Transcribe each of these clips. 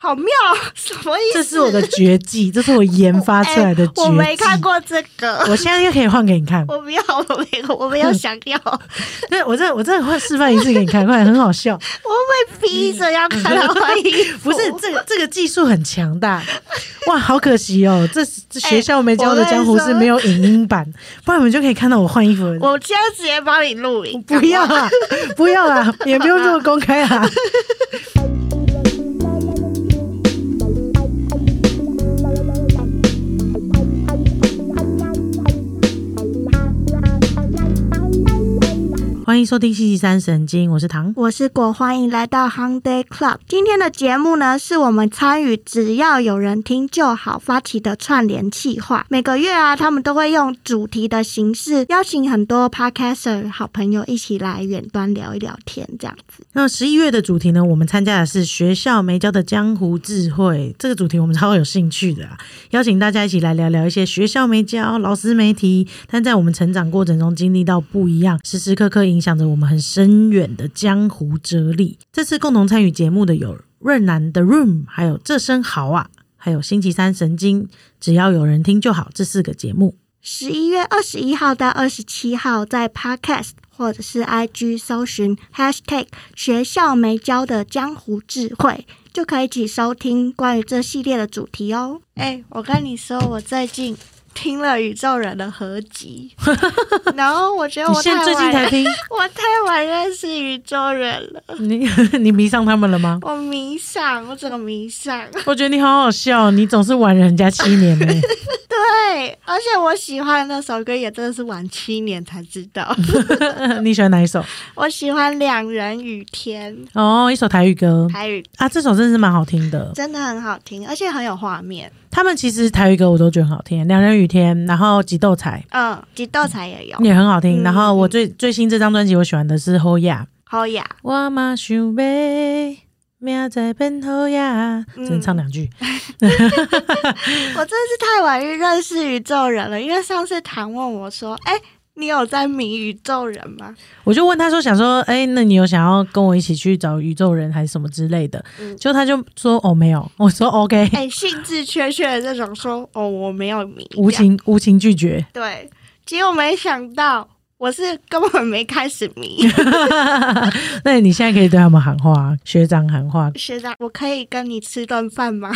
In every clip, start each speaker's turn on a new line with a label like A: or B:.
A: 好妙，什么意思？
B: 这是我的绝技，这是我研发出来的绝技。
A: 哎我没看，过这个，
B: 我现在又可以换给你看。
A: 我不要，我没，我没有想要，我
B: 对，我这我这会示范一次给你看，快，很 好笑。
A: 被逼着要看到换衣服。
B: 不是这个这个技术很强 大，哇，好可惜哦，这这学校没教的江湖是没有影音版，不然我们就可以看到我换衣服的。
A: 我今天直接帮你录影，
B: 不要啦， 不要啦，也不用这么公开啊啦。欢迎收听星期三神经，我是唐。
A: 我是果，欢迎来到 Hung Day Club。今天的节目呢，是我们参与“只要有人听就好”发起的串联企划。每个月啊，他们都会用主题的形式，邀请很多 podcaster 好朋友一起来远端聊一聊天，这样子。
B: 那十一月的主题呢，我们参加的是学校没教的江湖智慧这个主题，我们超有兴趣的、啊，邀请大家一起来聊聊一些学校没教、老师没提，但在我们成长过程中经历到不一样，时时刻刻影响着我们很深远的江湖哲理。这次共同参与节目的有润南的 Room，还有这声好啊，还有星期三神经，只要有人听就好这四个节目。
A: 十一月二十一号到二十七号，在 Podcast 或者是 IG 搜寻 Hashtag 学校没教的江湖智慧，就可以一起收听关于这系列的主题哦。哎、我跟你说，我最近听了宇宙人的合 集，然后我觉得
B: 你
A: 我
B: 现
A: 太
B: 在最近
A: 晚
B: 才听，
A: 我太晚认识宇宙人了，
B: 你你 迷上他们了吗？
A: 我迷上，我整个迷上。
B: 我觉得你好好笑，哦你总是玩人家七年呢、
A: 对，而且我喜欢那首歌也真的是晚七年才知道，
B: 你喜欢哪一首？
A: 我喜欢《两人雨天》。
B: 哦，一首台语歌
A: 台语
B: 啊，这首真的是蛮好听的。
A: 真的很好听，而且很有画面。
B: 他们其实台语歌我都觉得很好听，《两人雨天》，然后《极豆彩
A: 嗯，极豆彩也》有，
B: 也很好听。
A: 嗯
B: 然后我最最新这张专辑我喜欢的是《好呀》，
A: 好呀，
B: 我嘛想要明仔变好呀，
A: 嗯
B: 只能唱两句。
A: 我真的是太晚认识宇宙人了，因为上次唐问我说：“哎、你有在迷宇宙人吗
B: 我就问他说，想说，哎、那你有想要跟我一起去找宇宙人还是什么之类的？
A: 嗯
B: 就他就说，哦，没有。我说 OK，、？”
A: 哎、兴致缺缺的这种说：“哦，我没有迷。”
B: 无情无情拒绝。
A: 这样对，结果没想到我是根本没开始 迷。
B: 那你现在可以对他们喊话，学长喊话。
A: 学长，我可以跟你吃顿饭 吗？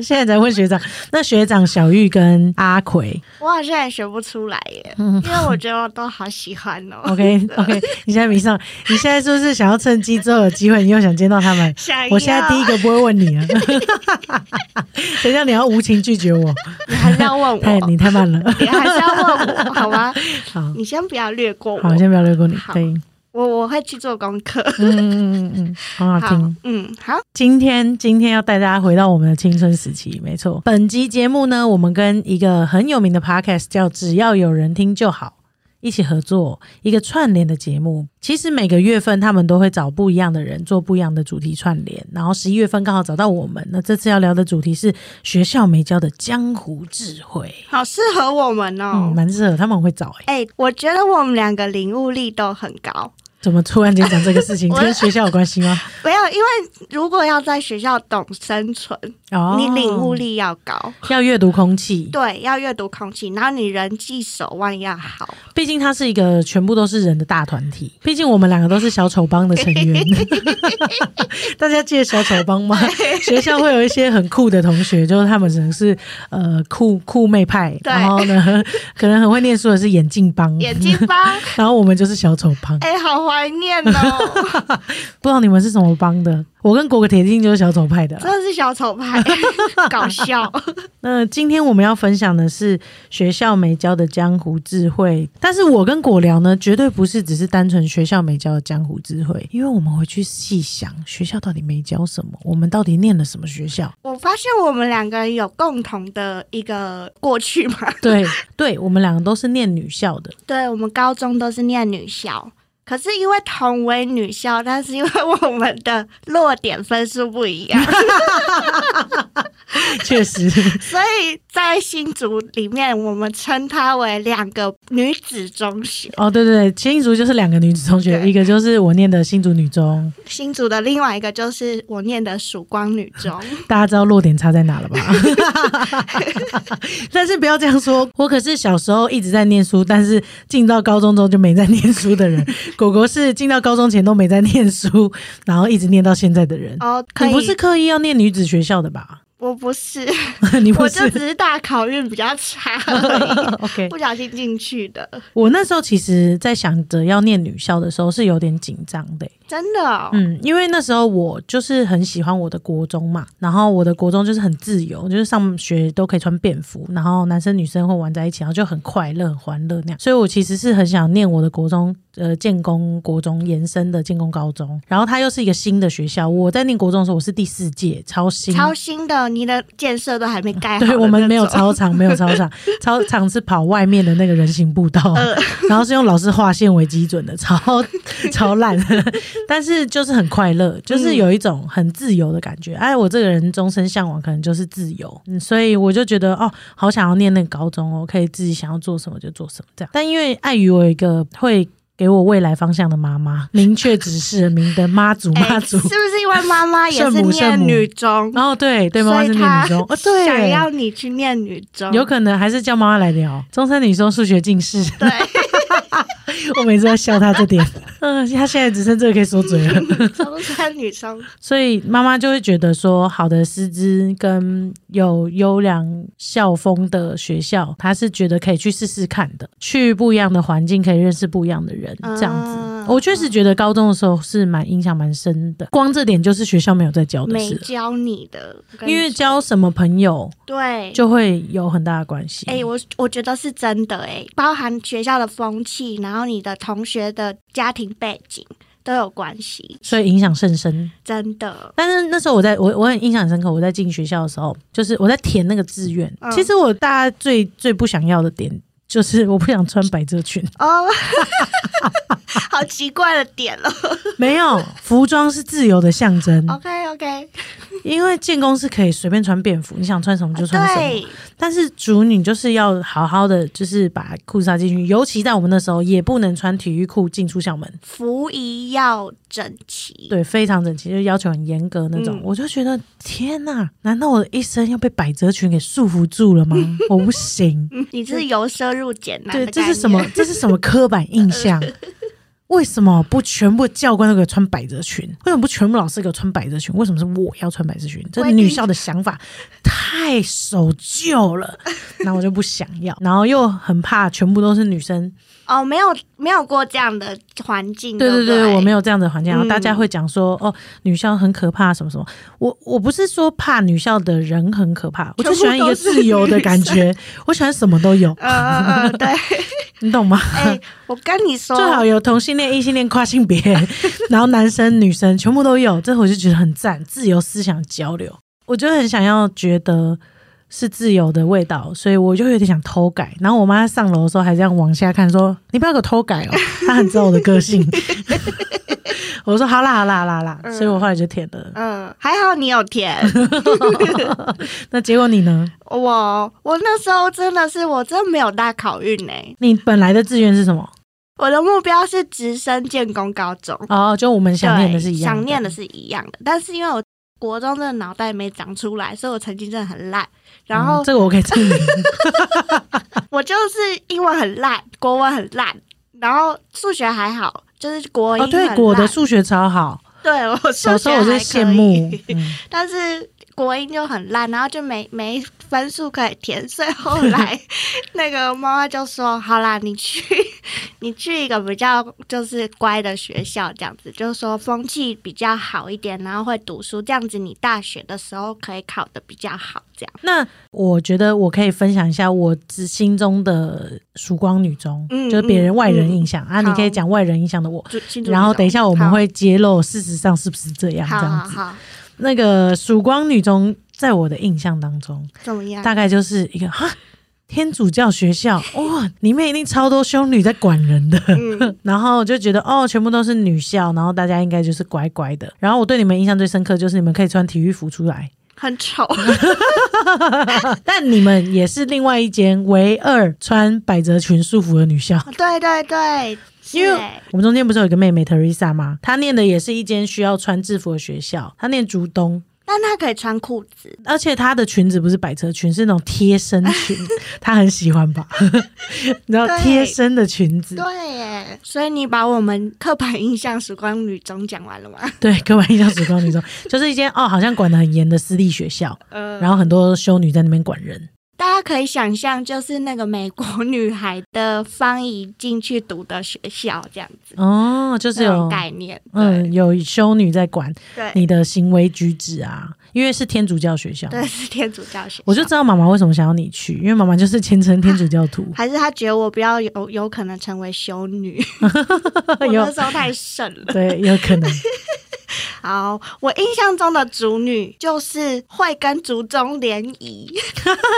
B: 现在在问学长，那学长小玉跟阿奎
A: 我好像也学不出来耶，
B: 嗯
A: 因为我觉得我都好喜欢 哦。
B: ，OK OK，你现在迷上，你现在是不是想要趁机之后有机会，你又想见到他们？
A: 想
B: 我现在第一
A: 个，
B: 个不会问你了， 等一下你要无情拒绝我，
A: 你还是要问
B: 太
A: 我，
B: 你太慢了。
A: 你还是要问 我，好吗？
B: 好，
A: 你先不要略过我
B: 好，，先不要略过你
A: 好。
B: 对，嗯
A: 我我会去做功课。
B: 嗯嗯嗯嗯，很好
A: 好
B: 听。，
A: 嗯，好，
B: 今天，今天要带大家回到我们的青春时期，没错。本集节目呢，我们跟一个很有名的 podcast 叫“只要有人听就好”一起合作一个串联的节目。其实每个月份他们都会找不一样的人做不一样的主题串联，然后十一月份刚好找到我们。那这次要聊的主题是学校没教的江湖智慧，
A: 好适合我们哦
B: 嗯，。蛮适合他们会找哎、欸
A: 哎、我觉得我们两个领悟力都很高。
B: 怎么突然间讲这个事情？
A: 我
B: 跟学校有关系吗？
A: 没有，因为如果要在学校懂生存，
B: 哦
A: 你领悟力要高，
B: 要阅读空气，
A: 对，要阅读空气，然后你人际手腕要好。
B: 毕竟它是一个全部都是人的大团体，毕竟我们两个都是小丑帮的 成员。大家记得小丑帮吗？学校会有一些很酷的同学，就是他们可能是呃酷酷妹派，
A: 对
B: 然 后呢可能很会念书的是眼镜帮，
A: 眼睛 帮，
B: 然后我们就是小丑帮。
A: 哎、好怀念 哦，
B: 不知道你们是什么帮的？我跟果果铁定就是小丑派的啦。
A: 真的是小丑派， 搞笑。
B: 那今天我们要分享的是学校没教的江湖智慧，但是我跟果聊呢，绝对不是只是单纯学校没教的江湖智慧，因为我们回去细想，学校到底没教什么，我们到底念了什么学校？
A: 我发现我们两个人有共同的一个过去嘛，
B: 对，对我们两个都是念女校的，
A: 对我们高中都是念女校，可是因为同为女校，但是因为我们的落点分数不一样，
B: 确实，
A: 所以在新竹里面，我们称它为两个女子中学。
B: 哦，对对对，新竹就是两个女子中学，
A: 对
B: 一个就是我念的新竹女中，
A: 新竹的另外一个就是我念的曙光女 中，
B: 大家知道落点差在哪 了吧？但是不要这样说，我可是小时候一直在念书，但是进到高中之后就没在念书的 人。果果是进到高中前都没在念书，然后一直念到现在的人。
A: 哦，可
B: 你
A: 以，
B: 不是刻意要念女子学校的吧？
A: 我不是，
B: 你不
A: 我
B: 是
A: 就只是大考运比较 差而
B: OK
A: 已，不小心进去的，
B: 我那时候其实，在想着要念女校的时候是有点紧张的欸、
A: 真的哦，
B: 嗯，因为那时候我就是很喜欢我的国中嘛，然后我的国中就是很自由，就是上学都可以穿便服，然后男生女生会玩在一起，然后就很快乐、很欢乐那样。所以我其实是很想念我的国中，呃，建工国中延伸的建工高中，然后它又是一个新的学校。我在念国中的时候，我是第四届，超新。
A: 超新的，你的建设都还没盖好，
B: 对我们没有， 操场，没有操场，操场是跑外面的那个人行步道，
A: 呃
B: 然后是用老师划线为基准 的，超超烂，但是就是很快乐，
A: 嗯
B: 就是有一种很自由的感觉。哎，我这个人终身向往可能就是自由，嗯所以我就觉得哦，好想要念那个高中哦，可以自己想要做什么就做什么这样。但因为碍于我有一个会。给我未来方向的妈妈，明确指示明的妈祖
A: 哎
B: 妈
A: 是
B: 祖
A: 不，是因为妈妈也
B: 圣
A: 是
B: 母圣
A: 念
B: 母
A: 女中？
B: 哦对对，妈妈
A: 所
B: 是
A: 以
B: 念
A: 她
B: 女中，哦对，
A: 想要你去念女中，
B: 有可能还是叫妈妈来聊中山女中数学近视。
A: 对，
B: 我每次在笑她这 点，嗯，她现在只剩这个可以说嘴了。
A: 中山女中
B: 所以妈妈就会觉得说，好的师资跟有优良校风的学校，她是觉得可以去试试看的，去不一样的环境可以认识不一样的人，这样子。
A: 啊
B: 我确实觉得高中的时候是蛮影响蛮深的，光这点就是学校没有在教的
A: 没
B: 事，
A: 教你的，我跟你
B: 因为
A: 说
B: 交什么朋友
A: 对。
B: 就会有很大的关系。
A: 哎、我我觉得是真的哎、包含学校的风气，然后你的同学的家庭背景都有关系，
B: 所以影响甚深。
A: 真的。
B: 但是那时候我在我我很印象很深刻，我在进学校的时候，就是我在填那个志愿。
A: 嗯
B: 其实我大家最最不想要的点就是我不想穿百 褶裙，
A: 哦，好奇怪的点哦 了。
B: 没有服装是自由的象征，
A: OK OK，
B: 因为建工是可以随便穿便服，你想穿什么就穿什么。
A: 啊对，
B: 但是主女就是要好好的，就是把裤子搭进去，尤其在我们那时候也不能穿体育裤进出校门。
A: 服仪要整齐。
B: 对，非常整齐，就要求很严格那种。
A: 嗯
B: 我就觉得天哪，难道我的一生要被百褶裙给束缚住了吗？我不行。
A: 嗯，你这是由奢入俭难
B: 对，
A: 的
B: 这
A: 概
B: 是什
A: 念
B: 么？这是什么刻板印象？为什么不全部教官都给我穿百褶裙？为什么不全部老师给我穿百褶裙？为什么是我要穿百褶裙？这
A: 规定
B: 女校的想法太守旧了，那我就不想要，然后又很怕全部都是女生。
A: 哦，没有没有过这样的环境。
B: 对
A: 对
B: 对对，我没
A: 有。
B: 有这样的环境，然后
A: 嗯
B: 大家会讲说、哦，女校很可怕什么什么。我我不是说怕女校的人很可怕，我就喜欢一
A: 全部都
B: 个
A: 是
B: 自由的感觉，我喜欢什么 都有，
A: 嗯嗯 嗯，对。
B: 你懂吗？
A: 哎、我跟你说，
B: 最好有同性恋、异性恋、跨性别，然后男生女生全部都有，这我就觉得很赞，自由思想交流，我就很想要觉得是自由的味道，所以我就有点想偷改。然后我妈上楼的时候还这样往下看，说：“你不要给我偷改哦。”她很知道我的个 性。我说：“好啦，好啦，好啦，好啦。”
A: 嗯
B: 所以我后来就填了。
A: 嗯，还好你有 填。
B: 那结果你呢？
A: 我我那时候真的是我真没有大考运哎、
B: 你本来的志愿是什么？
A: 我的目标是直升建工高中，
B: 哦，就我们想念的是一
A: 对
B: 样
A: 想念的是一样的，但是因为我国中真的脑袋没长出来，所以我成绩真的很烂。然
B: 嗯
A: 后
B: 这个我可以证明。
A: 我就是英文很烂，国文很烂，然后数学还好，就是国英
B: 哦，
A: 很烂、
B: 对，我的数学超好，
A: 对我
B: 小
A: 数
B: 时
A: 学
B: 候我
A: 还
B: 是
A: 可
B: 羡慕
A: 以，
B: 嗯
A: 但是国英就很烂，然后就没没分数可以填，所以后来 那个妈妈就说：“好啦，你去，你去一个比较就是乖的学校，这样子，就是说风气比较好一点，然后会读书，这样子你大学的时候可以考得比较好。”这样，
B: 那我觉得我可以分享一下我只心中的曙光女中，
A: 嗯
B: 就是别人外人
A: 嗯
B: 印象、啊，
A: 好
B: 你可以讲外人印象的我。
A: 就庆祝
B: 然后
A: 你
B: 等一下我们
A: 好
B: 会揭露事实上是不是这样，这
A: 好
B: 样
A: 好
B: 子。
A: 好，
B: 那个曙光女中，在我的印象当中，
A: 怎么样？
B: 大概就是一个哈。天主教 学校哇，里面一定超多修女在管人的，
A: 嗯
B: 然后我就觉得哦，全部都是女校，然后大家应该就是乖乖的。然后我对你们印象最深刻就是你们可以穿体育服出来，
A: 很 丑。
B: 但你们也是另外一间唯二穿百褶裙束缚的女校。
A: 对对对，是
B: 因为
A: 欸
B: 我们中间不是有一个妹妹 Teresa 吗？她念的也是一间需要穿制服的学校，她念竹东，
A: 但他可以穿裤子，
B: 而且她的裙子不是百褶裙，是那种贴身 裙，她很喜欢吧？你知道
A: 对
B: 贴身的裙子，
A: 对耶。所以你把我们刻板印象《时光女中》讲完了吗？
B: 对，刻板印象时光女中就是一间哦，好像管得很严的私立学校，
A: 呃，
B: 然后很多修女在那边管人。
A: 大家可以想象，就是那个美国女孩的方怡进去读的学校这样子，
B: 哦，就是
A: 这种
B: 有
A: 概念。对
B: 嗯，有修女在管
A: 对
B: 你的行为举止啊，因为是天主教学校，
A: 对，是天主教学校。，
B: 我就知道妈妈为什么想要你去，因为妈妈就是虔诚天主教徒
A: 还是他觉得我不要有有可能成为修 女， 我
B: 有
A: 那时候太省了。
B: 对，有 可能，
A: 好，我印象中的主女就是会跟族中联谊。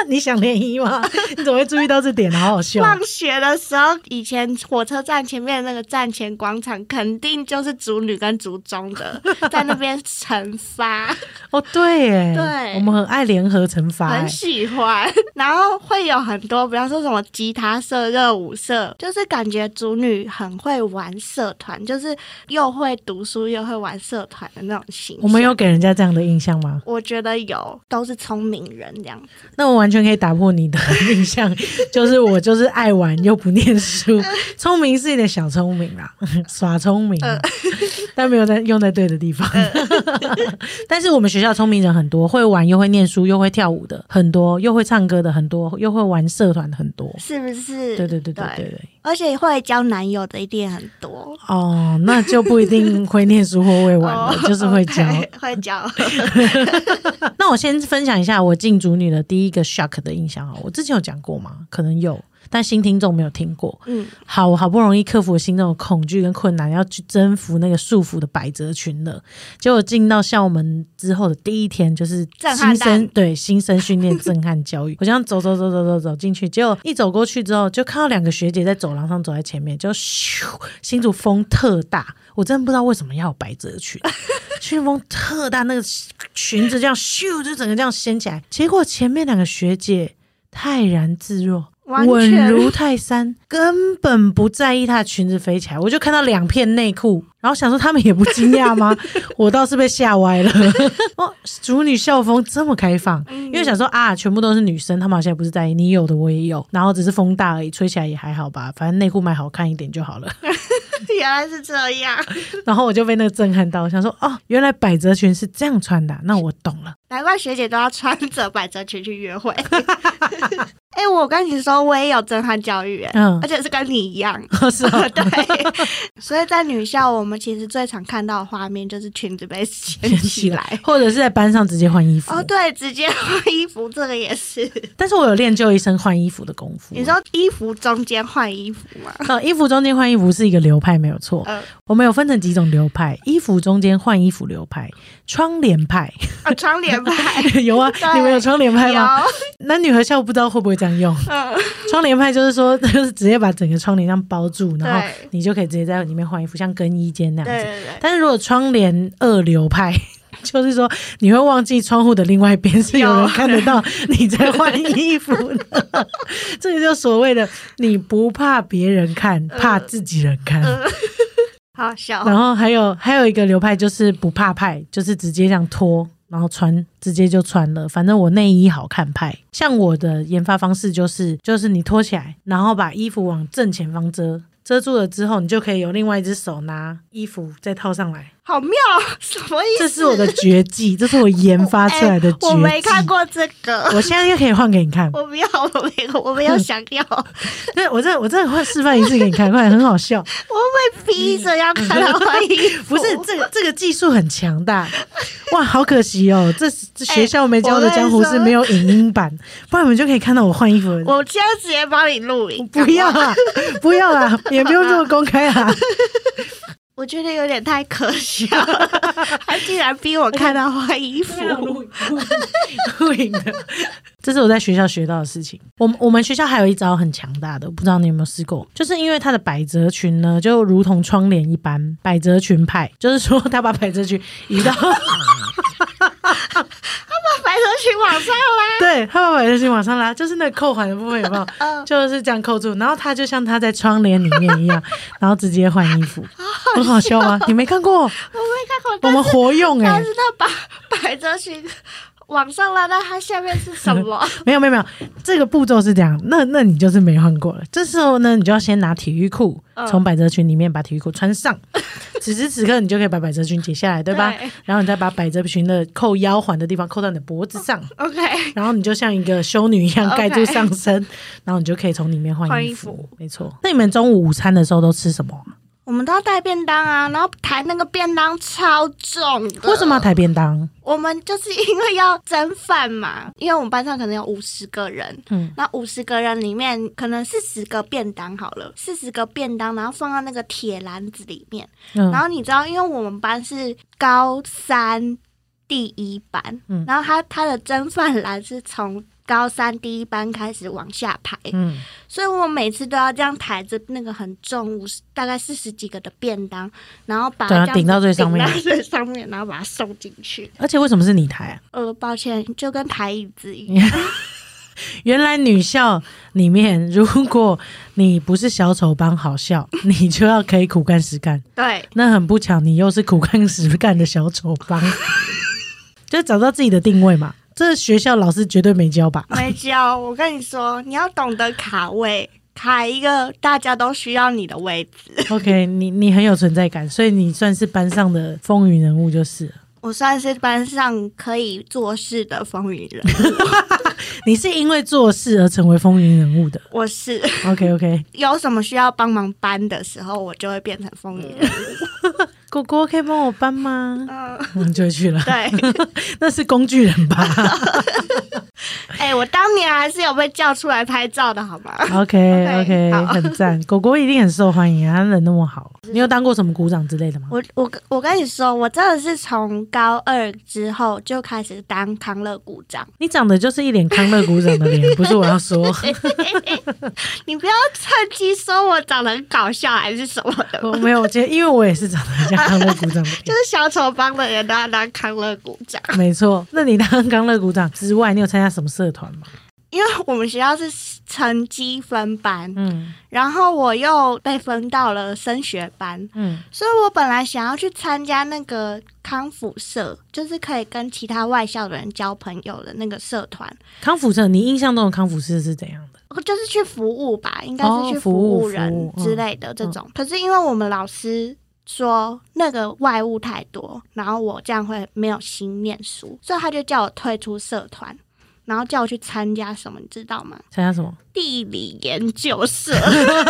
B: 你想联谊吗？ 你怎么会注意到这点？啊好好 笑。
A: 放学的时候，以前火车站前面那个站前广场，肯定就是族女跟族中 的在那边惩罚，
B: 哦，对，耶，
A: 对
B: 我们很爱联合惩罚
A: 很
B: 耶，
A: 喜欢。然后会有很多，比方说什么吉他社、热舞社，就是感觉族女很会玩社团，就是又会读书又会玩社团的那种形象。
B: 我们有给人家这样的印象吗？
A: 我觉得有，都是聪明人这样。
B: 那我完全可以打破你的 印象，就是我就是爱玩又不念书，聪明是一点小聪明啦， 耍聪明
A: 嗯
B: 啊， 但没有在用在对的地方。
A: 嗯
B: 但是我们学校聪明人很多，会玩又会念书又会跳舞的很多，又会唱歌的很多，又会玩社团的很多。
A: 是不是？
B: 对对对对对对。
A: 而且会交男友的一定很多。
B: 哦，那就不一定会念书或会玩了，
A: 哦
B: 就是会教。
A: OK，会教。
B: 那我先分享一下我进主女的第一个 shock 的印象啊，我之前有讲过吗？可能有，但新听众没有听过。
A: 嗯，
B: 好，我好不容易克服我心中的恐惧跟困难，要去征服那个束缚的百褶裙了。结果进到校门之后的第一天，就是
A: 震撼
B: 新生
A: 弹
B: 对新生训练震撼教育。我这 样走走走走走走进去，结果一走过去之后，就看到两个学姐在走廊上走在前面，就咻，新竹风特大，我真的不知道为什么要有百褶 裙。旋风特大，那个裙子这样咻就整个这样掀起来，结果前面两个学姐泰然自若，
A: 完全
B: 稳如泰山，根本不在意她的裙子飞起来。我就看到两片内裤，然后想说他们也不惊 讶吗？我倒是被吓歪了。哦，主女校风这么开放，因为想说啊，全部都是女生，她们好像也不是在意你有的我也有，然后只是风大而已，吹起来也还好吧，反正内裤买好看一点就好了。
A: 原来是这样，
B: 然后我就被那个震撼到，想说哦，原来百褶裙是这样穿的啊、那我懂了。
A: 难怪学姐都要穿着百褶裙去 约会。哎、我跟你说，我也有震撼教育、哎、
B: 嗯
A: 而且是跟你一 样。
B: 是 啊，
A: 对，所以在女校，我们其实最常看到的画面就是裙子被掀起来。
B: 或者是在班上直接换衣服。
A: 哦，对，直接换衣服，这个也是。
B: 但是我有练就一身换衣服的功夫。
A: 你说衣服中间换衣服吗？
B: 呃，衣服中间换衣服是一个流派，没有错。
A: 嗯
B: 我们有分成几种流派：衣服中间换衣服流派、窗帘派。
A: 啊，窗帘派
B: 有啊，
A: 对
B: 你们有窗帘派吗？
A: 有，
B: 男女合校不知道会不会这 样用。
A: 嗯，
B: 窗帘派就是说， 就是直接把整个窗帘这样包住，然后
A: 对
B: 你就可以直接在里面换衣服，像更衣间那
A: 对
B: 样子。
A: 对对。
B: 但是如果窗帘二流派， 就是说你会忘记窗户的另外一边是有人
A: 有
B: 看得到你在换衣服的， 这个就所谓的你不怕别人看，怕自己人看。
A: 好笑哦
B: 然后还有还有一个流派就是不怕派，就是直接这样脱，然后穿，直接就穿了。反正我内衣好看派，像我的研发方式就是就是你脱起来，然后把衣服往正前方遮，遮住了之后，你就可以有另外一只手拿衣服再套上来。
A: 好妙，哦什么意思？
B: 这是我的绝 技，这是我研发出来的绝技。
A: 哎我没看，过这个，
B: 我现在又可以换给你看。
A: 我不要，我没有，我没有想要，我
B: 对，我这我这会示范一次给你看，快，很 好笑。
A: 被逼着要看到换衣服。
B: 嗯不是这个这个技术很强 大，哇，好可惜哦，这这
A: 哎
B: 学校没教的江湖是没有影音版，不然你们就可以看到我换衣服了。
A: 我现在直接帮你录影，
B: 不要
A: 好不好。
B: 啦，不要啦，也不用这么公开啦。
A: 我觉得有点太可笑了，他竟然逼我看到换衣服。
B: 啊录影的，这是我在学校学到的事情。我们我们学校还有一招很强大的，我不知道你有没有试过，就是因为它的百褶裙呢，就如同窗帘一般，百褶裙派，就是说他把百褶裙移到
A: 把百群往上啦。
B: 对他把百叶裙往上拉，就是那个扣环的部分有没 有？
A: 嗯
B: 就是这样扣住，然后他就像他在窗帘里面一样，然后直接换衣服，很 好笑吗？你没看过？
A: 我没看过，
B: 我
A: 但
B: 们
A: 是
B: 活用哎、
A: 但是他把百褶裙往上拉，那它下面是什 么？
B: 没有没有没有，这个步骤是这样，那那你就是没换过了。这时候呢，你就要先拿体育裤
A: 嗯
B: 从百褶裙里面把体育裤穿 上，此时此刻你就可以把百褶裙解下来，对吧？
A: 对
B: 然后你再把百褶裙的扣腰环的地方扣到你的脖子上，
A: OK，
B: 然后你就像一个修女一样
A: OK
B: 盖住上 身，然后你就可以从里面换
A: 换
B: 衣
A: 衣
B: 服。
A: 服
B: 没错。那你们中午午餐的时候都吃什么啊？
A: 我们都要带便当啊，然后抬那个便当超重的。
B: 为什么要？抬便当？
A: 我们就是因为要蒸饭嘛，因为我们班上可能有五十个人，
B: 嗯
A: 嗯，那五十个人里面可能四十个便当好了，四十个便当，然后放到那个铁篮子里面，
B: 嗯
A: 然后你知道，因为我们班是高三第一班，
B: 嗯
A: 然后他他的蒸饭篮是从高三第一班开始往下排，
B: 嗯，
A: 所以我每次都要这样抬着那个很重五十大概四十几个的便当，然后把它
B: 对啊
A: 这样子
B: 顶到最上面
A: 顶到最上面，然后把它送进 去。
B: 而且为什么是你抬啊？
A: 呃，抱歉，就跟抬椅子 一样，
B: 原来女校里面，如果你不是小丑帮好笑， 你就要可以苦干实干。
A: 对，
B: 那很不巧，你又是苦干实干的小丑帮，就找到自己的定位嘛。这学校老师绝对没教吧？
A: 没教。我跟你说，你要懂得卡位，卡一个大家都需要你的位置。
B: OK，你你很有存在感，所以你算是班上的风云人物就是了。
A: 我算是班上可以做事的风 云人，
B: 你是因为做事而成为风云人物的。
A: 我是
B: OK OK，
A: 有什么需要帮忙搬的时候，我就会变成风云 人。
B: 果果可以帮我搬吗？
A: 嗯，
B: 我就会去了，
A: 对，
B: 那是工具人吧
A: 哎、我当年还是有被叫出来拍照的，好吗？
B: ？OK OK，
A: 好
B: 很赞，果果一定很受欢迎啊，他人那么好。你有当过什么鼓掌之类的吗？
A: 我我跟我跟你说，我真的是从高二之后就开始当康乐股长，
B: 你长得就是一脸康乐鼓掌的脸，不是我要说，
A: 你不要趁机说我长得很搞笑还是什么的，
B: 我没有，我觉得因为我也是长得很像康乐鼓掌的
A: 就
B: 脸。
A: 是小丑帮的人都要当康乐股长。
B: 没错，那你当康乐鼓掌之外，你有参加什么社团吗？
A: 因为我们学校是成绩分班，
B: 嗯
A: 然后我又被分到了升学班，
B: 嗯
A: 所以我本来想要去参加那个康复社，就是可以跟其他外校的人交朋友的那个社团，
B: 康复社，你印象中的康复社是怎样的？
A: 就是去服务吧，应该是
B: 哦
A: 去服
B: 服务
A: 务人
B: 服务嗯
A: 之类的这种。可是因为我们老师。说那个外务太多，然后我这样会没有心念书，所以他就叫我退出社团，然后叫我去参加什么，你知道吗？
B: 参加什么？
A: 地理研究社。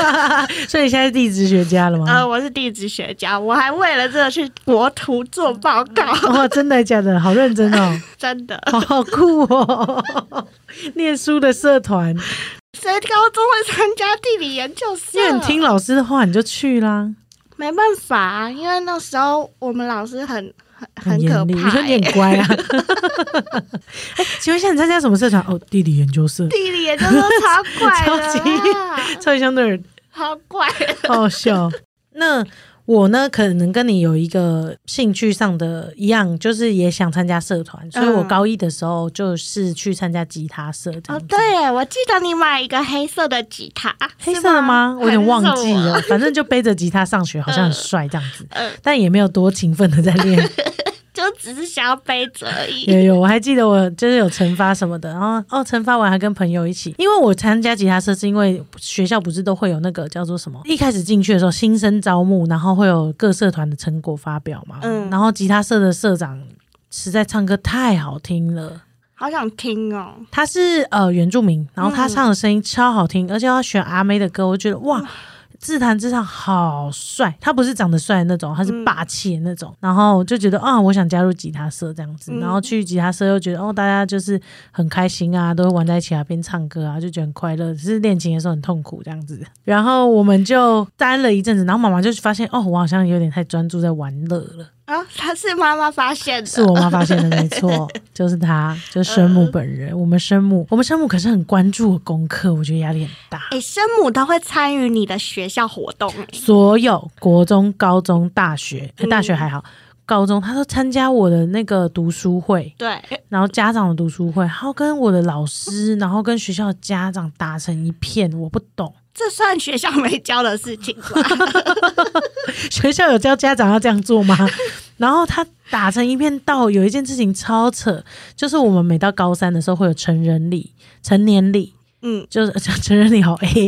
B: 所以你现在是地质学家了吗？
A: 呃，我是地质学家，我还为了这个去国图做报告，
B: 哇，真的假的？好认真 哦，
A: 真的。
B: 好好酷哦！ 念书的社团，
A: 谁高中会参加地理研究社？
B: 因为你听老师的话，你就去啦，
A: 没办法、啊，因为那时候我们老师很很很可
B: 严厉。你
A: 怕、
B: 说你
A: 欸。
B: 很乖啊？ 哎，请问一下，你参加什么社团？哦，地理研究社，
A: 地理研究社超怪的啊、
B: 超级像 nerd，
A: 超怪的。
B: 好 好笑。那我呢，可能跟你有一个兴趣上的一样，就是也想参加社团，所以我
A: 嗯
B: 高一的时候就是去参加吉他社。这
A: 哦
B: 样，子
A: 对耶，我记得你买一个黑色的吉他，
B: 黑
A: 是
B: 色的吗？我有点忘记。
A: 还是什么
B: 了，反正就背着吉他上学，好像很帅这样子，
A: 啊 嗯
B: 但也没有多勤奋的在练。
A: 就只是想要背着而 已。
B: 有有，我还记得我就是有惩罚什么的，然后哦，惩罚完还跟朋友一起，因为我参加吉他社是因为学校不是都会有那个叫做什么，一开始进去的时候新生招募，然后会有各社团的成果发表嘛，
A: 嗯
B: 然后吉他社的社长实在唱歌太好听了。
A: 好想听哦，
B: 他是呃原住民，然后他唱的声音超好听，而且他选阿妹的歌，我觉得哇。自弹自唱好帅，他不是长得帅的那种，他是霸气的那种。然后我就觉得啊，我想加入吉他社这样子，
A: 嗯
B: 然后去吉他社又觉得哦，大家就是很开心啊，都会玩在一起啊，边唱歌啊，就觉得很快乐。只是练琴的时候很痛苦这样子。 然后我们就待了一阵子，然后妈妈就发现哦，我好像有点太专注在玩乐了，
A: 啊，他是妈妈发现的，
B: 是我妈发现的，没错，就是她，就是生母本人。我们生母，我们生母可是很关注我功课，我觉得压力很大。
A: 哎、生母都会参与你的学校活动、欸，
B: 所有国中、高中、大学，呃大学还好，高中，他说参加我的那个读书会，
A: 对，
B: 然后家长的读书会，然后跟我的老师，然后跟学校的家长打成一片，我不懂。
A: 这算学校没教的事情 吧？
B: 学校有教家长要这样做吗？ 然后他打成一片到有一件事情超扯，就是我们每到高三的时候会有成人礼、成年礼，
A: 嗯，
B: 就是 成人礼好 A，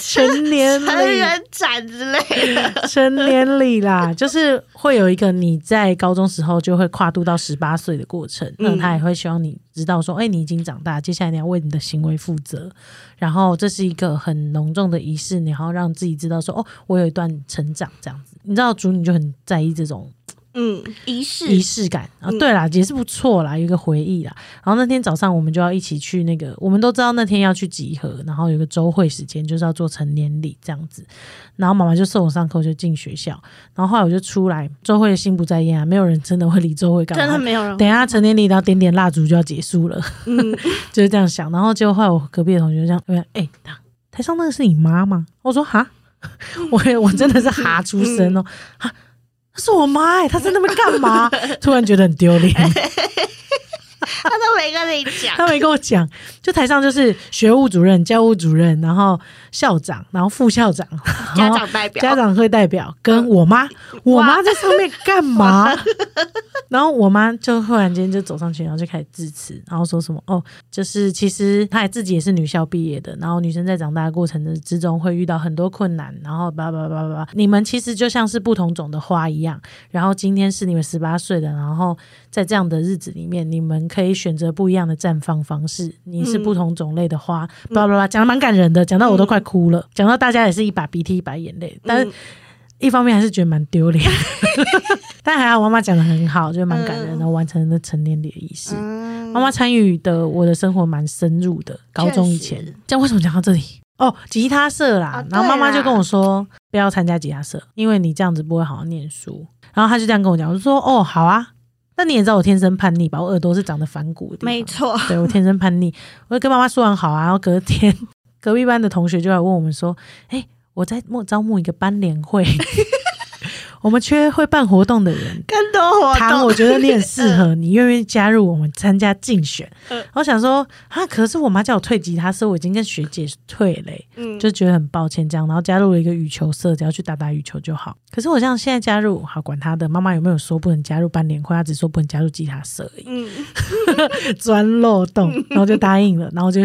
B: 成年
A: 成
B: 礼。
A: 人展之类的，
B: 成年礼啦，就是会有一个你在高中时候就会跨度到十八岁的过程，那
A: 嗯
B: 他也会希望你知道说，哎、你已经长大，接下来你要为你的行为负责。然后这是一个很隆重的仪式，然后让自己知道说，哦，我有一段成长这样子。你知道主女就很在意这种
A: 嗯，仪式
B: 仪式感啊，对啦，也是不错啦，有一个回忆啦。然后那天早上我们就要一起去那个，我们都知道那天要去集合，然后有个周会时间，就是要做成年礼这样子。然后妈妈就送我上课，我就进学校。然后后来我就出来，周会心不在焉啊，没有人真的会理周会干嘛。
A: 真的没有人
B: 等一下成年礼，然后点点蜡烛就要结束了，
A: 嗯
B: 就是这样想。然后结果后来我隔壁的同学就这样，哎、欸，他台上那个是你妈吗？我说哈， 我我真的是哈出声
A: 嗯
B: 哦，哈，那是我妈哎、欸，她在那边干嘛？ 突然觉得很丢脸，
A: 他都没跟你 讲，
B: 她没跟我讲。就台上就是学务主任、教务主任，然后校长，然后副校长，
A: 家
B: 然后
A: 长代表，嗯
B: 家长会代表跟我妈，我妈在上面干嘛？ 然后我妈就忽然间就走上去，然后就开始致辞，然后说什么哦，就是其实她也自己也是女校毕业的，然后女生在长大的过程的之中会遇到很多困难，然后叭叭叭叭叭，你们其实就像是不同种的花一样，然后今天是你们十八岁的，然后在这样的日子里面，你们可以选择不一样的绽放方式，你是不同种类的花，叭叭叭，讲的蛮感人的，讲到我都快哭了，讲到大家也是一把鼻涕一把眼泪，但是
A: 嗯
B: 一方面还是觉得蛮丢脸，但还好妈妈讲的很好，就蛮感人的，完成了成年礼的仪式。
A: 嗯
B: 妈妈参与的我的生活蛮深入的，高中以前
A: 确实。
B: 这样为什么讲到这里？哦，吉他社啦，
A: 啊
B: 然后妈妈
A: 对
B: 就
A: 啦
B: 跟我说不要参加吉他社，因为你这样子不会好好念书。然后她就这样跟我讲，我就说哦好啊，但你也知道我天生叛逆吧，我耳朵是长得反骨的地方，
A: 没错，
B: 对我天生叛逆，我就跟妈妈说完好啊，然后隔天 隔壁班的同学就来问我们说，哎、我在募招募一个班联会， 我们缺会办活动的人。
A: 更多活
B: 唐，
A: 动，
B: 我觉得 你很适合，你愿不愿意加入我们参加竞选？
A: 嗯
B: 然后想说啊，可是我妈叫我退吉他社，我已经跟学姐退了欸、
A: 嗯，
B: 就觉得很抱歉这样，然后加入了一个羽球社，只要去打打羽球就好。可是我像现在加入，好管他的，妈妈有没有说不能加入班联会，她只说不能加入吉他社而已。
A: 嗯，
B: 钻漏洞， 然后就答应了，然后就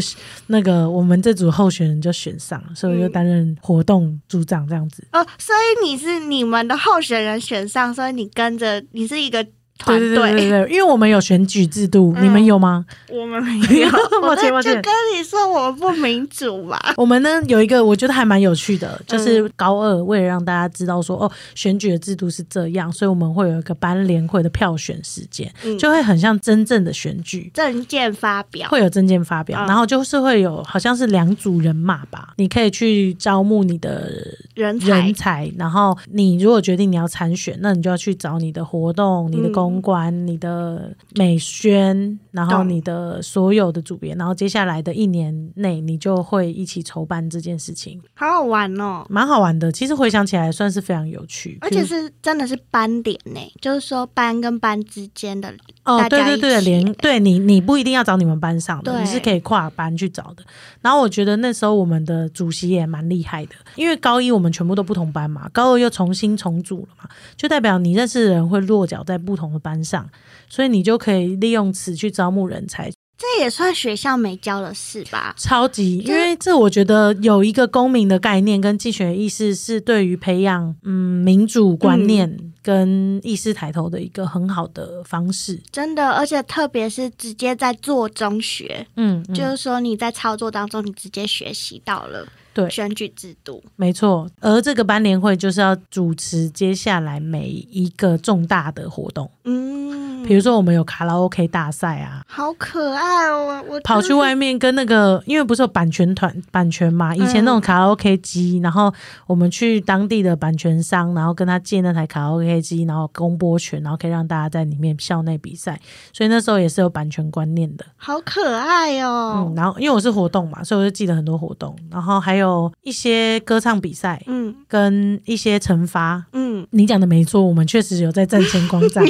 B: 那个我们这组候选人就选上了，所以我
A: 嗯
B: 就担任活动组长这样子。
A: 哦，所以你是你们的候选人选上，所以你跟着，你是一个团
B: 对对对对
A: 队，
B: 对，因为我们有选举制度，
A: 嗯
B: 你们有吗？，
A: 我们没有我
B: 抱歉抱
A: 那就
B: 歉
A: 跟你说我们不民主嘛，
B: 我们呢有一个我觉得还蛮有趣的，就是高二为了让大家知道说哦，选举的制度是这样，所以我们会有一个班联会的票选时间，
A: 嗯
B: 就会很像真正的选举。
A: 证件发表，
B: 会有证件发表，
A: 嗯
B: 然后就是会有好像是两组人马吧，你可以去招募你的
A: 人才
B: 人，才，然后你如果决定你要参选，那你就要去找你的活动、你的公关、你的美宣，然后
A: 嗯懂
B: 你的所有的组别，然后接下来的一年内，你就会一起筹办这件事情，
A: 好好玩哦。
B: 蛮好玩的。其实回想起来，算是非常有趣，
A: 而且
B: 就是
A: 是真的是班点呢，就是说班跟班之间的，
B: 哦，
A: 大
B: 对
A: 家
B: 对对，
A: 一起
B: 连对你你不一定要找你们班上的，
A: 对
B: 你是可以跨班去找的。然后我觉得那时候我们的主席也蛮厉害的，因为高一我们全部都不同班嘛，高二又重新重组了嘛，就代表你认识的人会落脚在不同的班上，所以你就可以利用此去招募人才，
A: 这也算学校没教的事吧？
B: 超级，
A: 就
B: 因
A: 是
B: 为这我觉得有一个公民的概念跟竞选意识是对于培养嗯民主观念跟意识抬头的一个很好的方式。
A: 真的，而且特别是直接在做中学，
B: 嗯，嗯
A: 就是说你在操作当中，你直接学习到了
B: 对
A: 选举制度，
B: 没错。而这个班联会就是要主持接下来每一个重大的活动，
A: 嗯，
B: 比如说我们有卡拉 OK 大赛啊，
A: 好可爱哦！我
B: 跑去外面跟那个，因为不是有版权团版权嘛，以前那
A: 嗯
B: 种卡拉 OK 机，然后我们去当地的版权商，然后跟他借那台卡拉 OK 机，然后公播权，然后可以让大家在里面校内比赛，所以那时候也是有版权观念的。
A: 好可爱
B: 嗯，
A: 哦。
B: 然后因为我是活动嘛，所以我就记得很多活动，然后还有一些歌唱比赛
A: 嗯
B: 跟一些惩罚。
A: 嗯，
B: 你讲的没错，我们确实有在战前广 场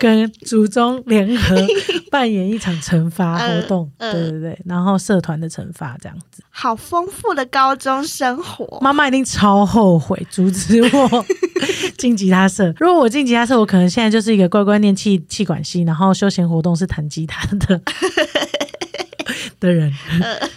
B: 跟祖宗联合扮演一场惩罚活动，
A: 嗯嗯
B: 对对对，然后社团的惩罚这样子。
A: 好丰富的高中生活。
B: 妈妈一定超后悔阻止我 进吉他社。如果我进吉他社，我可能现在就是一个乖乖念气气管系，然后休闲活动是弹吉他的 的人。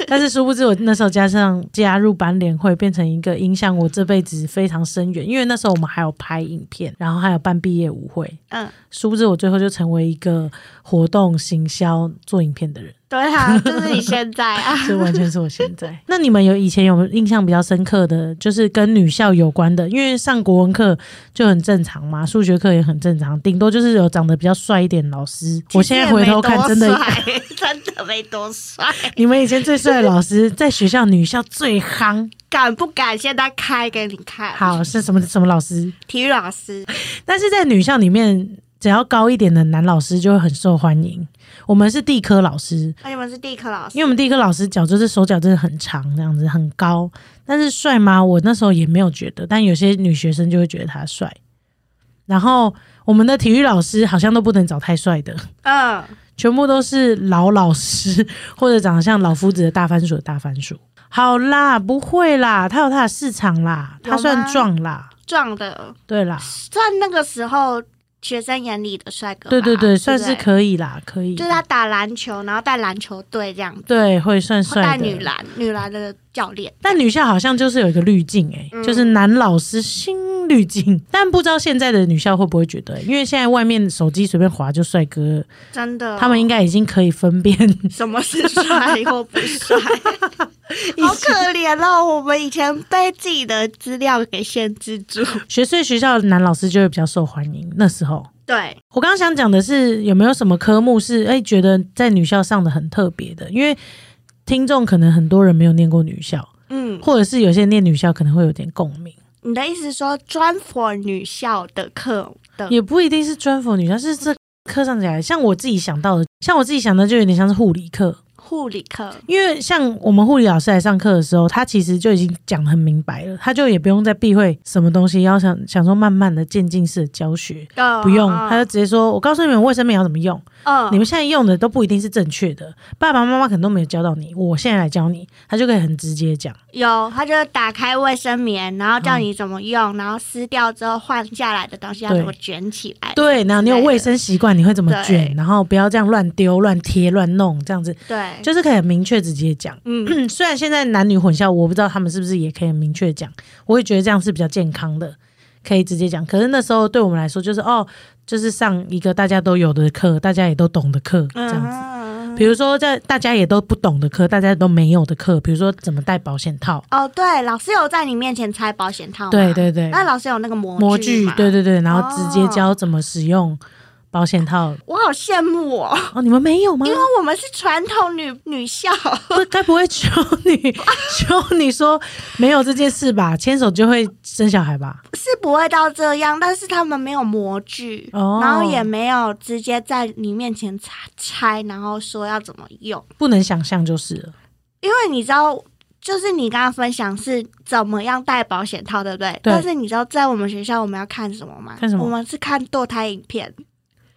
B: 但是殊不知，我那时候加上加入班联会，变成一个影响我这辈子非常深远。因为那时候我们还有拍影片，然后还有办毕业舞会。
A: 嗯，
B: 殊不知，我最后就成为一个活动行销做影片的人，
A: 对啊，就是你现在 啊。
B: 这完全是我现在。那你们有以前有没有印象比较深刻的，就是跟女校有关的？因为上国文课就很正常嘛，数学课也很正常，顶多就是有长得比较帅一点的老师。我现在回头看，真的，
A: 其实也没多帅 真的没多帅。
B: 你们以前最帅的老师在学校女校最夯，
A: 敢不敢现在开给你看？，
B: 好是什么什么老师？
A: 体育老师，
B: 但是在女校里面，只要高一点的男老师就会很受欢迎。我们是地科老师，
A: 啊那你们是地科老师
B: 因为我们第一个老师脚就是手脚真的很长，这样子很高，但是帅吗？我那时候也没有觉得，但有些女学生就会觉得他帅。然后我们的体育老师好像都不能找太帅的，
A: 嗯，
B: 全部都是老老师或者长得像老夫子的大番薯的大番薯。好啦，不会啦，他有他的市场啦，
A: 有
B: 他算
A: 吗
B: 壮啦，
A: 壮的，
B: 对啦，
A: 算那个时候学生眼里的帅哥吧。
B: 对对对，
A: 不
B: 算是。可以啦，可以，
A: 就是他打篮球，然后带篮球队这样子，
B: 对会算
A: 会带
B: 帅的。
A: 女篮女篮的教练。
B: 但女校好像就是有一个滤镜、欸，
A: 嗯
B: 就是男老师新滤镜。 但不知道现在的女校会不会觉得、欸因为现在外面手机随便划就帅哥了，
A: 真的哦，
B: 他们应该已经可以分 辨以
A: 什么是 帅或不帅？好可怜哦，我们以前被自己的资料给限制住。
B: 学所以学校的男老师就会比较受欢迎。那时候，
A: 对，
B: 我刚刚想讲的是有没有什么科目是哎、欸觉得在女校上的很特别的，因为听众可能很多人没有念过女校，
A: 嗯，
B: 或者是有些念女校可能会有点共鸣，
A: 你的意思是说专 for 女校的课的
B: 也不一定是专辅女校，是这课上起来，像我自己想到的，像我自己想的就有点像是护理课。
A: 护理课？
B: 因为像我们护理老师来上课的时候，他其实就已经讲得很明白了，他就也不用再避讳什么东西，要想想说慢慢的渐进式的教学，
A: 呃
B: 不用，他就直接说，我告诉你们卫生棉要怎么用，
A: 嗯
B: 你们现在用的都不一定是正确的，爸爸妈妈可能都没有教到你，我现在来教你，他就可以很直接讲，
A: 有，他就打开卫生棉，然后
B: 嗯
A: 叫你怎么用，然后撕掉之后换下来的东西要
B: 对
A: 怎么卷起来。
B: 对，然后你有卫生习惯，你会怎么卷
A: 对，
B: 然后不要这样乱丢、乱贴、乱弄，这样子
A: 对，
B: 就是可以很明确直接讲。
A: 嗯，
B: 嗯虽然现在男女混校，我不知道他们是不是也可以很明确地讲，我会觉得这样是比较健康的，可以直接讲。可是那时候对我们来说，就是哦，就是上一个大家都有的课，大家也都懂的课，
A: 嗯
B: 这样子。
A: 子。
B: 比如说，在大家也都不懂的课，大家都没有的课，比如说怎么戴保险套，
A: 哦，对，老师有在你面前拆保险套吗
B: 对对对，
A: 哦那老师有那个模
B: 模
A: 具
B: 具
A: 吗，
B: 对对对，然后直接
A: 哦
B: 教怎么使用保 险套。
A: 我好羡慕哦，
B: 哦，你们没有吗？
A: 因为我们是传统女女校，
B: 不，该不会求 你求你说没有这件事吧？牵手就会生小孩吧？
A: 是不会到这样，但是他们没有模具，
B: 哦
A: 然后也没有直接在你面前拆拆，然后说要怎么用，
B: 不能想象就是了。
A: 因为你知道。就是你刚刚分享是怎么样戴保险套，对不对？但是你知道在我们学校我们要看什么吗？
B: 看什么
A: 我们是看堕胎影片，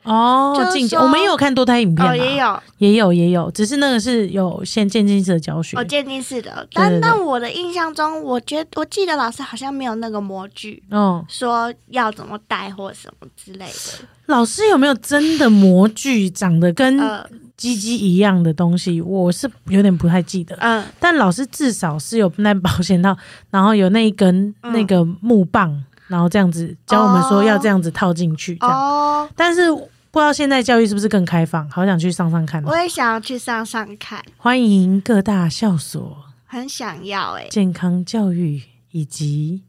A: 就
B: 哦，
A: 是
B: 进阶
A: 说
B: 我们也有看多胎影片、啊
A: 哦，也，有
B: 也有，也有，只是那个是有先渐进式的教学。
A: 哦，渐进式的。
B: 对对
A: 但
B: 对
A: 但我的印象中，我觉得我记得老师好像没有那个模具，
B: 嗯，
A: 说要怎么戴或什么之类的。
B: 老师有没有真的模具长得跟
A: 呃
B: 鸡鸡一样的东西？我是有点不太记得，
A: 嗯，
B: 但老师至少是有那保险套，然后有那一根、
A: 嗯
B: 那个木棒，然后这样子教我们说
A: 哦
B: 要这样子套进去，这样。
A: 哦，
B: 但是不知道现在教育是不是更开放，好想去上上看哦。
A: 我也想要去上上看，
B: 欢迎各大校所
A: 很想要哎、
B: 健康教育以及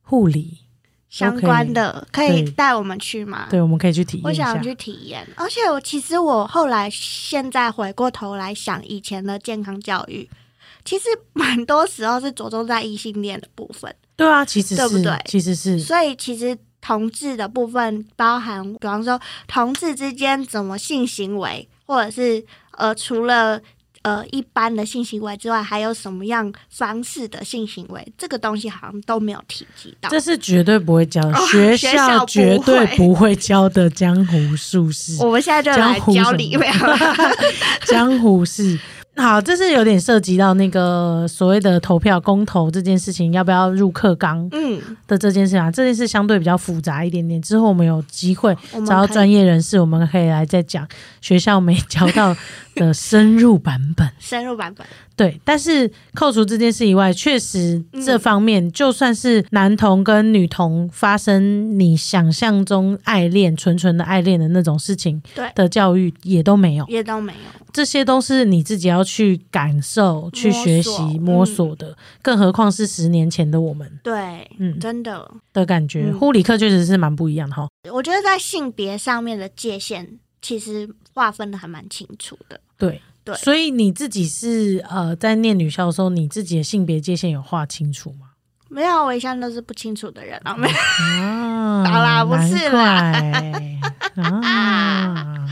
B: 护理
A: 相关的可以带我们去吗？
B: 对，我们可以去体验
A: 啊我
B: 一下
A: 想。去体验，而且我其实我后来现在回过头来想以前的健康教育，其实蛮多时候是着重在异性恋的部分，
B: 对啊，其实是，
A: 对不对
B: 其实是
A: 所以其实同志的部分包含，比方说同志之间怎么性行为，或者是呃除了。呃，一般的性行为之外，还有什么样方式的性行为？这个东西好像都没有提及到。
B: 这是绝对不会教的，
A: 啊哦
B: 学
A: 学校
B: 校
A: 不
B: 绝对
A: 会
B: 不会教的江湖术士。
A: 我们现在就来
B: 江湖
A: 教
B: 什
A: 你
B: 么
A: 没有 啦
B: 江湖事。好，这是有点涉及到那个所谓的投票公投这件事情，要不要入课纲
A: 嗯，
B: 的这件事啊？这件事相对比较复杂一点点。之后我们有机会
A: 我们
B: 找到
A: 可以
B: 专业人士，我们可以来再讲学校没教到的深入版本。
A: 深入版本。
B: 对，但是扣除这件事以外，确实
A: 嗯
B: 这方面、就算是男童跟女童发生你想象中爱恋、纯纯的爱恋的那种事情
A: 对
B: 的教育，也都没有。
A: 也都没有。
B: 这些都是你自己要去感受、去学习、
A: 嗯
B: 摸索的，更何况是十年前的我们
A: 对，
B: 嗯
A: 真的，
B: 的感觉。
A: 嗯
B: 护理课确实是蛮不一样的哈。
A: 我觉得在性别上面的界限其实划分的还蛮清楚的。
B: 对
A: 对
B: 所以你自己是呃，在念女校的时候，你自己的性别界限有划清楚吗？
A: 没有，啊我一向都是不清楚的人啊。
B: 嗯
A: 没有
B: 啊，
A: 好啦不是啦
B: 难 怪啊，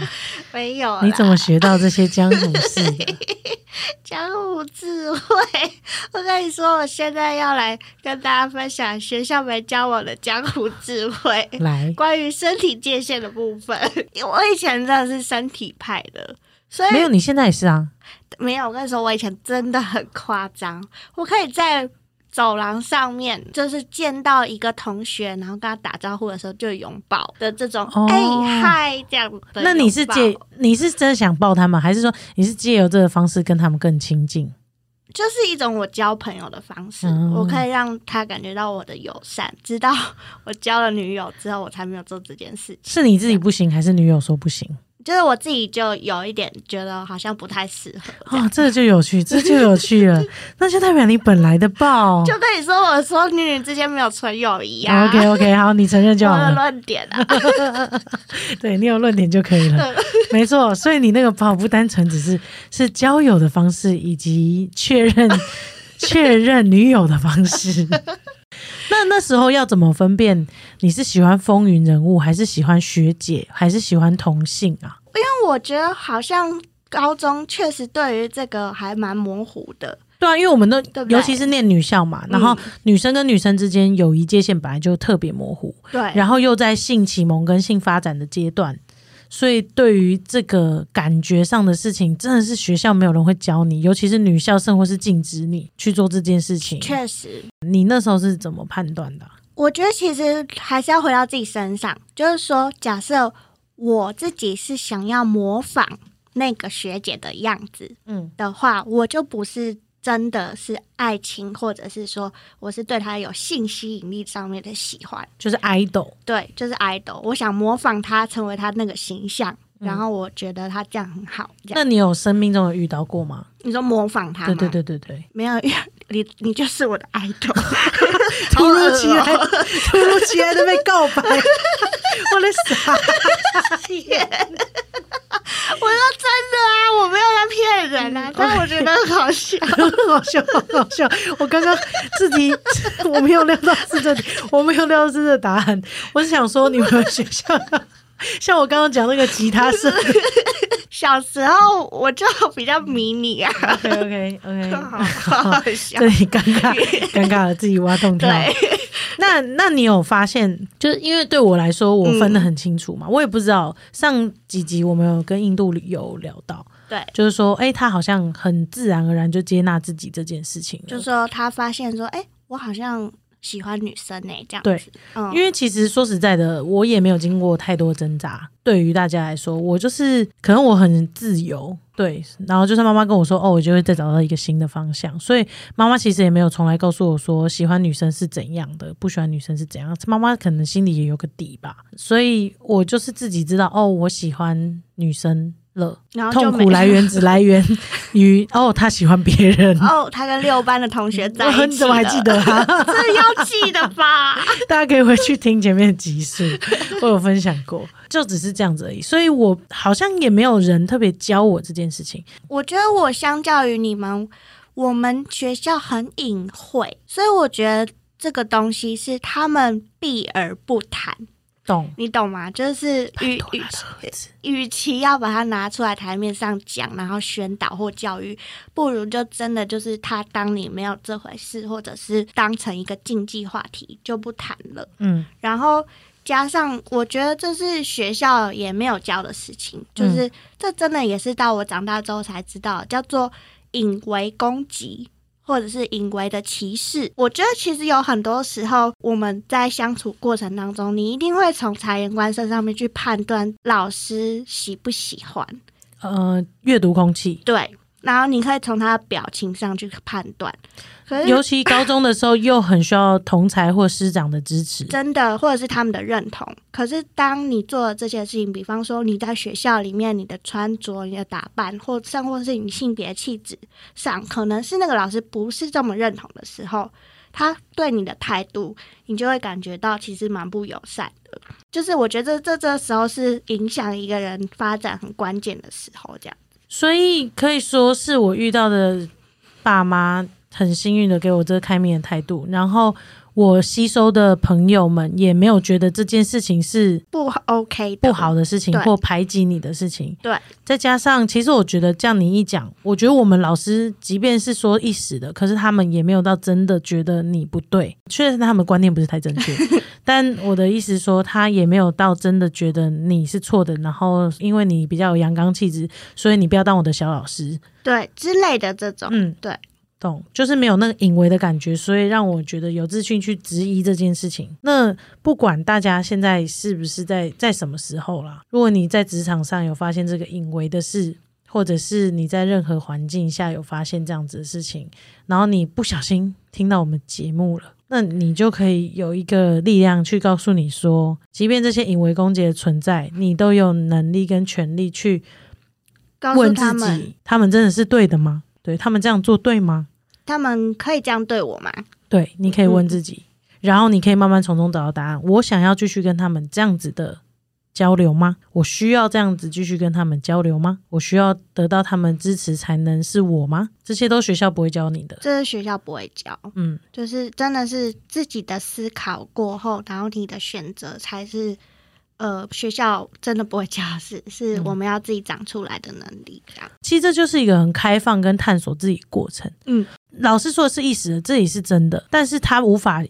A: 没有啦，
B: 你怎么学到这些江湖 事的？
A: 江湖智慧？我跟你说，我现在要来跟大家分享学校没教我的江湖智慧。
B: 来，
A: 关于身体界限的部分，我以前真的是身体派的，所以
B: 没有，你现在也是啊，
A: 没有，我跟你说，我以前真的很夸张，我可以在走廊上面，就是见到一个同学，然后跟他打招呼的时候就拥抱的这种，
B: 哦
A: 哎、嗨这样的拥抱。
B: 那你是借你是真的想抱他们，还是说你是借由这个方式跟他们更亲近？
A: 就是一种我交朋友的方式，
B: 嗯
A: 我可以让他感觉到我的友善。直到我交了女友之后，我才没有做这件事情。
B: 是你自己不行，还是女友说不行？
A: 就是我自己就有一点觉得好像不太适合。
B: 哦，这就有趣，这就有趣了。那就代表你本来的爆。
A: 就跟你说，我说女女之间没有纯友谊啊。
B: 哦 OK OK，好，你承认就好
A: 我的
B: 了。
A: 论点啊，
B: 对你有论点就可以
A: 嗯
B: 了， 没错。所以你那个爆不单纯只是是交友的方式，以及确认确认女友的方式。 那那时候要怎么分辨你是喜欢风云人物，还是喜欢学姐，还是喜欢同性啊？
A: 但我觉得好像高中确实对于这个还蛮模糊的，
B: 对啊，因为我们都
A: 对不对嗯
B: 尤其是念女校嘛，然后女生跟女生之间友谊界限本来就特别模糊，
A: 对，
B: 然后又在性启蒙跟性发展的阶段，所以对于这个感觉上的事情，真的是学校没有人会教你，尤其是女校生或是禁止你去做这件事情。
A: 确实。
B: 你那时候是怎么判断的啊、
A: 我觉得其实还是要回到自己身上，就是说，假设我自己是想要模仿那个学姐的样子
B: 嗯，
A: 的话，我就不是真的是爱情，或者是说我是对她有性吸引力上面的喜欢。
B: 就是 idol，
A: 对，就是 idol，我想模仿她，成为她那个形象，
B: 嗯
A: 然后我觉得她这样很好。这样
B: 那你有生命中有遇到过吗？
A: 你说模仿她吗？
B: 对对对对对，
A: 没有， 你你就是我的 idol，
B: 突如其来，
A: 好恶啊
B: 突如其来的被告白， 我的傻眼。
A: 我说真的啊，我没有在骗人
B: 嗯
A: 啊，但我觉得很好 笑。
B: 很好笑，很好笑！我刚刚自己我没有料到是这，我没有料到是这答案。我是想说，你们学校像我刚刚讲那个吉他 社
A: 小时候我就比较迷你啊，
B: ，OK OK OK，
A: 好好 笑
B: 这。里尴尬尴尬了，自己挖洞跳。
A: 对，
B: 那那你有发现，就是因为对我来说，我分得很清楚嘛，我也不知道上几集我们有跟印度有聊到，
A: 对
B: 就是说，哎、他好像很自然而然就接纳自己这件事情了，
A: 就说他发现说，哎、我好像喜欢女生呢、这样
B: 对
A: 子。嗯，
B: 因为其实说实在的，我也没有经过太多挣扎。对于大家来说，我就是可能我很自由，对。然后就算妈妈跟我说，哦，我就会再找到一个新的方向。所以妈妈其实也没有从来告诉我说喜欢女生是怎样的，不喜欢女生是怎样。妈妈可能心里也有个底吧，所以我就是自己知道，哦，我喜欢女生。
C: 了。
D: 然后就
B: 痛
D: 没
B: 苦来源只来源于哦，他喜欢别人。
D: 哦，他跟六班的同学在一起
B: 我
D: 了，
B: 你怎么还记得他？
D: 这要记得 吧？
B: 大家可以回去听前面的集 数，我有分享过，就只是这样子而已。所以我好像也没有人特别教我这件事情。
D: 我觉得我相较于你们，我们学校很隐晦，所以我觉得这个东西是他们避而不谈，
B: 懂？
D: 你懂吗？就是与
B: 多
D: 与
B: 来说一次
D: 与其要把它拿出来台面上讲，然后宣导或教育，不如就真的就是他当你没有这回事，或者是当成一个禁忌话题就不谈了。
B: 嗯，
D: 然后加上，我觉得这是学校也没有教的事情，就是、这真的也是到我长大之后才知道，叫做引为攻击。或者是引为的歧视，我觉得其实有很多时候我们在相处过程当中，你一定会从察言观色上面去判断老师喜不喜欢，
B: 呃，阅读空气，
D: 对，然后你可以从他的表情上去判断。可是
B: 尤其高中的时候又很需要同才或师长的支持。
D: 真的，或者是他们的认同。可是当你做了这些事情，比方说你在学校里面你的穿着、你的打扮，或甚或是你性别气质上，可能是那个老师不是这么认同的时候，他对你的态度，你就会感觉到其实蛮不友善的。就是我觉得这这时候是影响一个人发展很关键的时候，这样。
B: 所以可以说是我遇到的爸妈很幸运的给我这个开明的态度，然后我吸收的朋友们也没有觉得这件事情是
D: 不
A: 哦
D: OK 的，
B: 不好的事情
D: 对
B: 或排挤你的事情。
D: 对，
B: 再加上其实我觉得这样你一讲，我觉得我们老师即便是说一时的，可是他们也没有到真的觉得你不对。确实他们观念不是太正 确，但我的意思说他也没有到真的觉得你是错的。然后因为你比较有阳刚气质，所以你不要当我的小老师。
D: 对之类的这种，
B: 嗯，
D: 对。
B: 懂，就是没有那个隐微的感觉，所以让我觉得有自信去质疑这件事情。那不管大家现在是不是在在什么时候啦，如果你在职场上有发现这个隐微的事，或者是你在任何环境下有发现这样子的事情，然后你不小心听到我们节目了。那你就可以有一个力量去告诉你说，即便这些隐微攻击的存在，你都有能力跟权利去
D: 告诉
B: 问
D: 他
B: 自
D: 们，
B: 己，他们真的是对的吗？对他们这样做对吗？
D: 他们可以这样对我吗？
B: 对，你可以问自己，然后你可以慢慢从中找到答案。我想要继续跟他们这样子的交流吗？我需要这样子继续跟他们交流吗？我需要得到他们支持才能是我吗？这些都学校不会教你的。
D: 这是学校不会教，
B: 嗯，
D: 就是真的是自己的思考过后，然后你的选择才是，呃，学校真的不会教的事，是我们要自己长出来的能力。这样，
B: 其实这就是一个很开放跟探索自己的过程。
D: 嗯，
B: 老师说的是一时的，这也是真的，但是他无法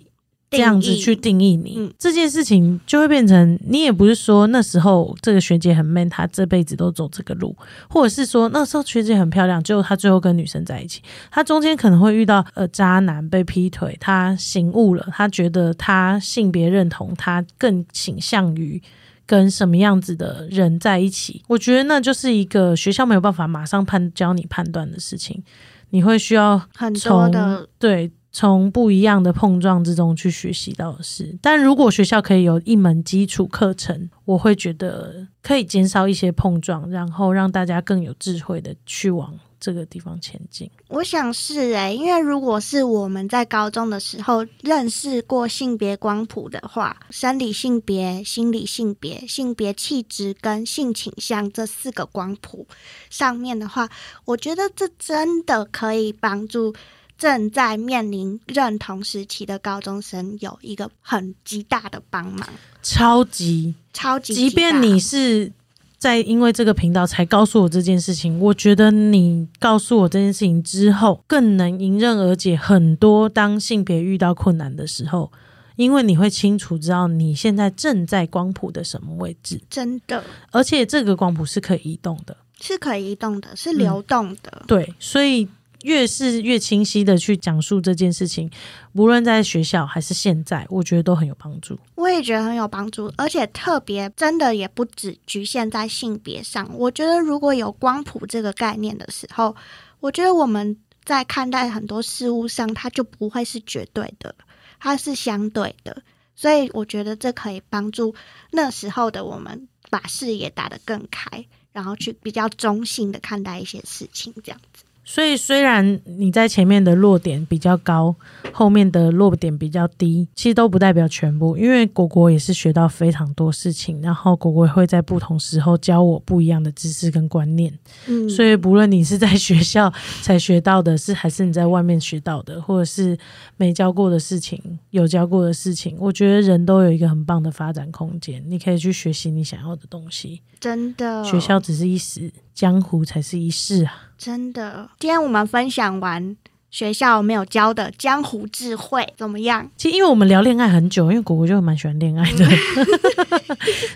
B: 这样子去定义你
D: 嗯
B: 这件事情，就会变成你也不是说那时候这个学姐很 man，她这辈子都走这个路，或者是说那时候学姐很漂亮，结果她最后跟女生在一起，她中间可能会遇到呃渣男被劈腿，她醒悟了，她觉得她性别认同，她更倾向于。跟什么样子的人在一起，我觉得那就是一个学校没有办法马上判教你判断的事情，你会需要
D: 很多
B: 从
D: 的
B: 对从不一样的碰撞之中去学习到的事。但如果学校可以有一门基础课程，我会觉得可以减少一些碰撞，然后让大家更有智慧的去往这个地方前进。
D: 我想是诶、因为如果是我们在高中的时候认识过性别光谱的话，生理性别、心理性别、性别气质跟性倾向这四个光谱上面的话，我觉得这真的可以帮助正在面临认同时期的高中生有一个很极大的帮忙，
B: 超级，
D: 超级
B: 即
D: 极大
B: 便你是。在因为这个频道才告诉我这件事情，我觉得你告诉我这件事情之后，更能迎刃而解很多当性别遇到困难的时候，因为你会清楚知道你现在正在光谱的什么位置。
D: 真的
B: 而且这个光谱是可以移动的，
D: 是可以移动的，
B: 嗯
D: 是流动的，
B: 对，所以越是越清晰的去讲述这件事情，无论在学校还是现在，我觉得都很有帮助。
D: 我也觉得很有帮助，而且特别真的也不只局限在性别上。我觉得如果有光谱这个概念的时候，我觉得我们在看待很多事物上，它就不会是绝对的，它是相对的。所以我觉得这可以帮助那时候的我们把视野打得更开，然后去比较中性的看待一些事情，这样子。
B: 所以虽然你在前面的落点比较高，后面的落点比较低，其实都不代表全部，因为果果也是学到非常多事情，然后果果也会在不同时候教我不一样的知识跟观念。
D: 嗯，
B: 所以不论你是在学校才学到的是，还是你在外面学到的，或者是没教过的事情，有教过的事情，我觉得人都有一个很棒的发展空间，你可以去学习你想要的东西。
D: 真的
B: 学校只是一时，江湖才是一世啊。
D: 真的，今天我们分享完学校没有教的江湖智慧，怎么样？
B: 其实因为我们聊恋爱很久，因为果果就蛮喜欢恋爱 的，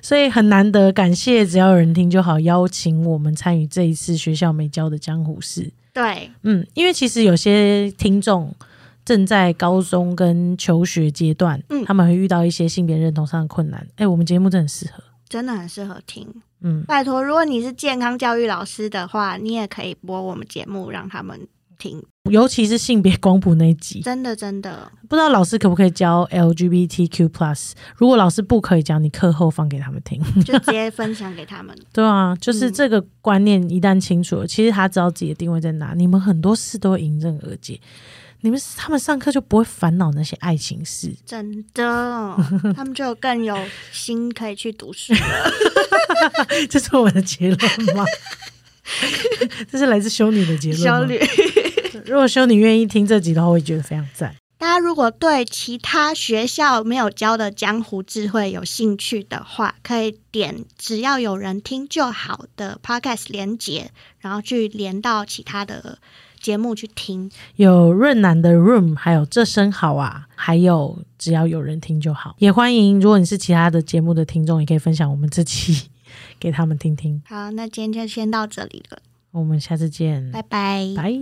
B: 所以很难得。感谢只要有人听就好，邀请我们参与这一次学校没教的江湖事。
D: 对，
B: 嗯，因为其实有些听众正在高中跟求学阶段，
D: 嗯
B: 他们会遇到一些性别认同上的困难。哎、我们节目真的很适合。
D: 真的很适合听。
B: 嗯，
D: 拜托，如果你是健康教育老师的话，你也可以播我们节目让他们听。
B: 尤其是性别光谱那一集，
D: 真的，真的，
B: 不知道老师可不可以教 LGBTQ plus？如果老师不可以讲，你课后放给他们听。
D: 就直接分享给他们。
B: 对啊，就是
D: 嗯
B: 这个观念一旦清楚了，其实他知道自己的定位在哪，你们很多事都会迎刃而解。你们他们上课就不会烦恼那些爱情事，
D: 真的，他们就有更有心可以去读书。
B: 这是我们的结论吗？ 这是来自修女的结论。
D: 小，吕，
B: 如果修女愿意听这集的话，我也觉得非常赞。
D: 大家如果对其他学校没有教的江湖智慧有兴趣的话，可以点只要有人听就好的 podcast 连接，然后去连到其他的节目去听。
B: 有润南的 Room，还有这声好啊，还有只要有人听就好。也欢迎，如果你是其他的节目的听众，也可以分享我们这期 给他们听听。
D: 好，那今天就先到这里了，
B: 嗯我们下次见，
D: 拜拜。
B: 拜。